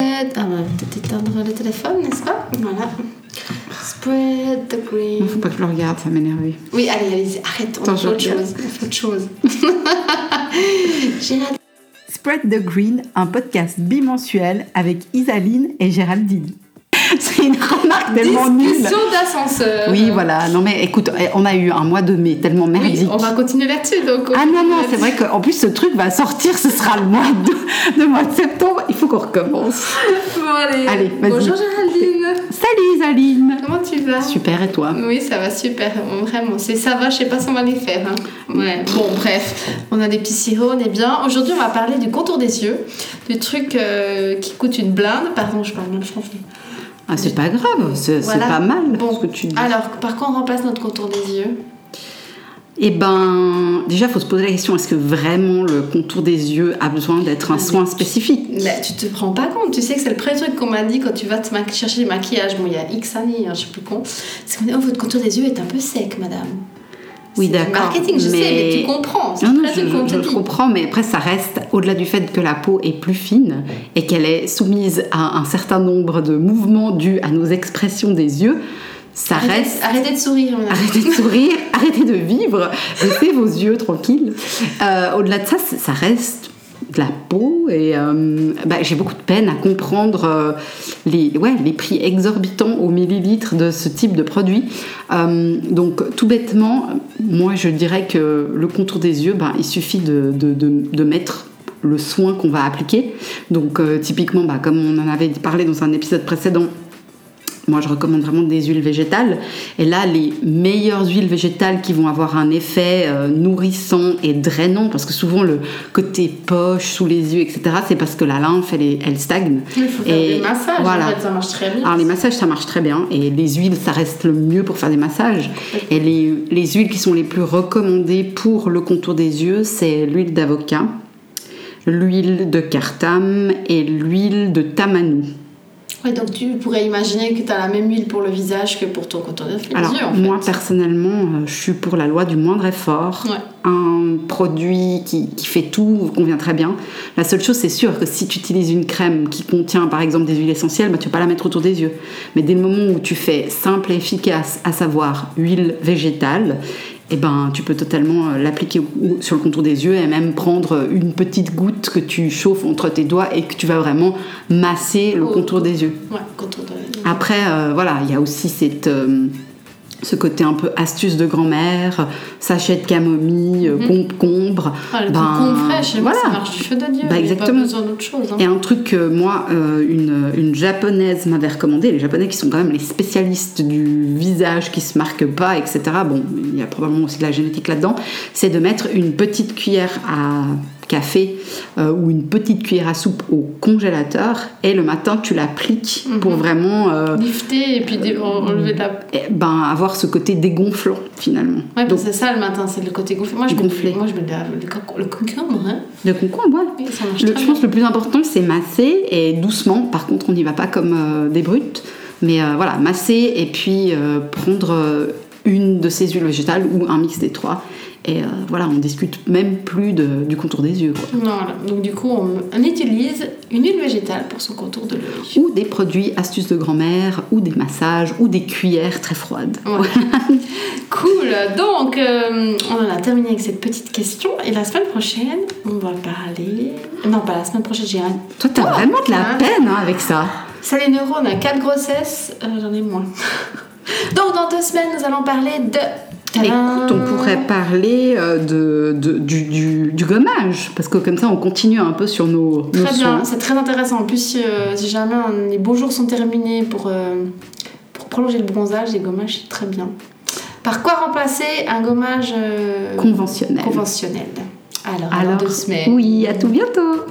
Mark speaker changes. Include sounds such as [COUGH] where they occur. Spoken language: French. Speaker 1: spread. Ah, bah, peut-être éteindre le téléphone, n'est-ce pas Voilà. Spread the
Speaker 2: Il
Speaker 1: green.
Speaker 2: faut pas que je le regarde, ça m'énerve.
Speaker 1: Oui, allez, allez, arrête, on
Speaker 2: Attends,
Speaker 1: fait
Speaker 2: je
Speaker 1: autre
Speaker 2: regarde.
Speaker 1: chose. On fait autre
Speaker 2: [LAUGHS]
Speaker 1: chose. J'ai hâte.
Speaker 2: Spread the Green, un podcast bimensuel avec Isaline et Géraldine. [LAUGHS] C'est une remarque tellement nulle.
Speaker 1: Discussion d'ascenseur.
Speaker 2: Oui, voilà. Non, mais écoute, eh, on a eu un mois de mai tellement
Speaker 1: Oui,
Speaker 2: merdique.
Speaker 1: on va continuer là-dessus. Donc,
Speaker 2: Ah non, non, c'est
Speaker 1: là-dessus.
Speaker 2: vrai qu'en plus, ce truc va sortir, ce sera le mois de, le mois de septembre. Il faut qu'on recommence.
Speaker 1: Bon, allez.
Speaker 2: Allez, vas-y.
Speaker 1: Bonjour Géraldine.
Speaker 2: Salut Isaline
Speaker 1: Comment tu vas
Speaker 2: Super, et toi
Speaker 1: Oui, ça va super, vraiment. C'est ça va, je sais pas si on va les faire. hein. Ouais. Bon, bref, on a des petits sirops, on est bien. Aujourd'hui, on va parler du contour des yeux, du truc euh, qui coûte une blinde. Pardon, je parle mal français.
Speaker 2: Ah, c'est pas grave, c'est c'est
Speaker 1: Voilà.
Speaker 2: pas mal
Speaker 1: Bon.
Speaker 2: ce que tu dis.
Speaker 1: Alors, par quoi on remplace notre contour des yeux
Speaker 2: Eh ben, déjà, faut se poser la question est-ce que vraiment le contour des yeux a besoin d'être un soin spécifique
Speaker 1: Là, Bah, tu te prends pas compte. Tu sais que c'est le premier truc qu'on m'a dit quand tu vas te ma- chercher du maquillage. Bon, il y a X années, hein, je suis plus con. C'est qu'on dit, oh, votre contour des yeux est un peu sec, madame.
Speaker 2: Oui,
Speaker 1: C'est du
Speaker 2: d'accord,
Speaker 1: Marketing, je sais, mais
Speaker 2: mais-
Speaker 1: tu comprends. C'est
Speaker 2: Non, non,
Speaker 1: le
Speaker 2: je,
Speaker 1: truc qu'on
Speaker 2: je-
Speaker 1: te
Speaker 2: je
Speaker 1: dit.
Speaker 2: comprends, mais après, ça reste, au-delà du fait que la peau est plus fine et qu'elle est soumise à un certain nombre de mouvements dus à nos expressions des yeux, ça
Speaker 1: Arrêtez,
Speaker 2: reste.
Speaker 1: arrêtez de sourire, madame.
Speaker 2: Arrêtez de sourire, [LAUGHS] arrêtez de vivre, laissez vos yeux tranquilles. Euh, Au-delà de ça, c- ça reste de la peau et euh, bah, j'ai beaucoup de peine à comprendre euh, les, ouais, les prix exorbitants au millilitre de ce type de produit. Euh, donc tout bêtement, moi je dirais que le contour des yeux, ben, il suffit de, de- de- de mettre le soin qu'on va appliquer. Donc euh, typiquement, bah, comme on en avait parlé dans un épisode précédent, moi, je recommande vraiment des huiles végétales. Et là, les meilleures huiles végétales qui vont avoir un effet euh, nourrissant et drainant, parce que souvent le côté poche sous les yeux, etc., c'est parce que la lymphe, elle, est- elle stagne.
Speaker 1: Il faut faire
Speaker 2: Et
Speaker 1: des massages, en
Speaker 2: voilà.
Speaker 1: fait, ça marche très bien.
Speaker 2: Alors les massages, ça marche très bien. Et les huiles, ça reste le mieux pour faire des massages. Et les, les huiles qui sont les plus recommandées pour le contour des yeux, c'est l'huile d'avocat, l'huile de cartame et l'huile de tamanou.
Speaker 1: Ouais, donc tu pourrais imaginer que tu as la même huile pour le visage que pour ton contour des yeux.
Speaker 2: Alors,
Speaker 1: en fait.
Speaker 2: moi, personnellement, euh, je suis pour la loi du moindre effort.
Speaker 1: Ouais.
Speaker 2: Un produit qui, qui fait tout convient très bien. La seule chose, c'est sûr que si tu utilises une crème qui contient, par exemple, des huiles essentielles, bah, tu ne vas pas la mettre autour des yeux. Mais dès le moment où tu fais simple et efficace, à savoir huile végétale, eh ben, tu peux totalement euh, l'appliquer ou- ou sur le contour des yeux et même prendre euh, une petite goutte que tu chauffes entre tes doigts et que tu vas vraiment masser le
Speaker 1: Oh.
Speaker 2: contour des yeux.
Speaker 1: Ouais, contour des yeux.
Speaker 2: Après, euh, voilà, il y a aussi cette, euh, ce côté un peu astuce de grand-mère, sachet de camomille, euh, concombre.
Speaker 1: Mhm. Ah, le
Speaker 2: Ben,
Speaker 1: concombre frais, chez moi,
Speaker 2: voilà.
Speaker 1: ça marche du feu de Dieu.
Speaker 2: Bah,
Speaker 1: il y a
Speaker 2: exactement.
Speaker 1: Pas besoin d'autre chose. hein.
Speaker 2: Et un truc que moi, euh, une, une japonaise m'avait recommandé, les japonais qui sont quand même les spécialistes du visage qui se marque pas, etc. Bon, il y a probablement aussi de la génétique là-dedans, c'est de mettre une petite cuillère à café euh, ou une petite cuillère à soupe au congélateur et le matin tu l'appliques pour
Speaker 1: Mhm.
Speaker 2: vraiment euh,
Speaker 1: Lifter et puis dé- enlever de la. Ouais,
Speaker 2: eh ben, avoir ce côté dégonflant finalement.
Speaker 1: parce
Speaker 2: Donc,
Speaker 1: que c'est ça le matin, c'est le côté gonflé. Moi, je
Speaker 2: Gonflé.
Speaker 1: me moi, je mets de la- le, conco- le concombre. Hein.
Speaker 2: le concombre, ouais.
Speaker 1: Oui, ça marche
Speaker 2: Le-
Speaker 1: très
Speaker 2: je
Speaker 1: bien.
Speaker 2: pense que le plus important, c'est masser et doucement. Par contre, on n'y va pas comme euh, des brutes. Mais euh, voilà, masser et puis euh, prendre euh, une de ces huiles végétales ou un mix des trois. Et euh, voilà, on discute même plus de- du contour des yeux. quoi.
Speaker 1: Non, voilà. Donc, du coup, on, on utilise une huile végétale pour son contour de l'œil.
Speaker 2: Ou des produits astuces de grand-mère, ou des massages, ou des cuillères très froides.
Speaker 1: Voilà. cool. Donc, euh, on en a terminé avec cette petite question. Et la semaine prochaine, on va parler. Non, pas la semaine prochaine, j'ai un.
Speaker 2: Toi, t'as vraiment de la
Speaker 1: hein.
Speaker 2: peine hein, avec ça.
Speaker 1: Ça, les neurones, à 4 grossesses, euh, j'en ai moins. [LAUGHS] Donc, dans deux semaines, nous allons parler de. Ah.
Speaker 2: Écoute, on pourrait parler euh, de, de- du, du- du gommage, parce que comme ça, on continue un peu sur nos, nos
Speaker 1: Très bien,
Speaker 2: soins.
Speaker 1: c'est très intéressant. En plus, euh, si jamais euh, les beaux jours sont terminés pour, euh, pour prolonger le bronzage, les gommages, c'est très bien. Par quoi remplacer un gommage euh,
Speaker 2: Conventionnels.
Speaker 1: conventionnel Alors, à dans
Speaker 2: Alors,
Speaker 1: deux semaines.
Speaker 2: Oui, à tout bientôt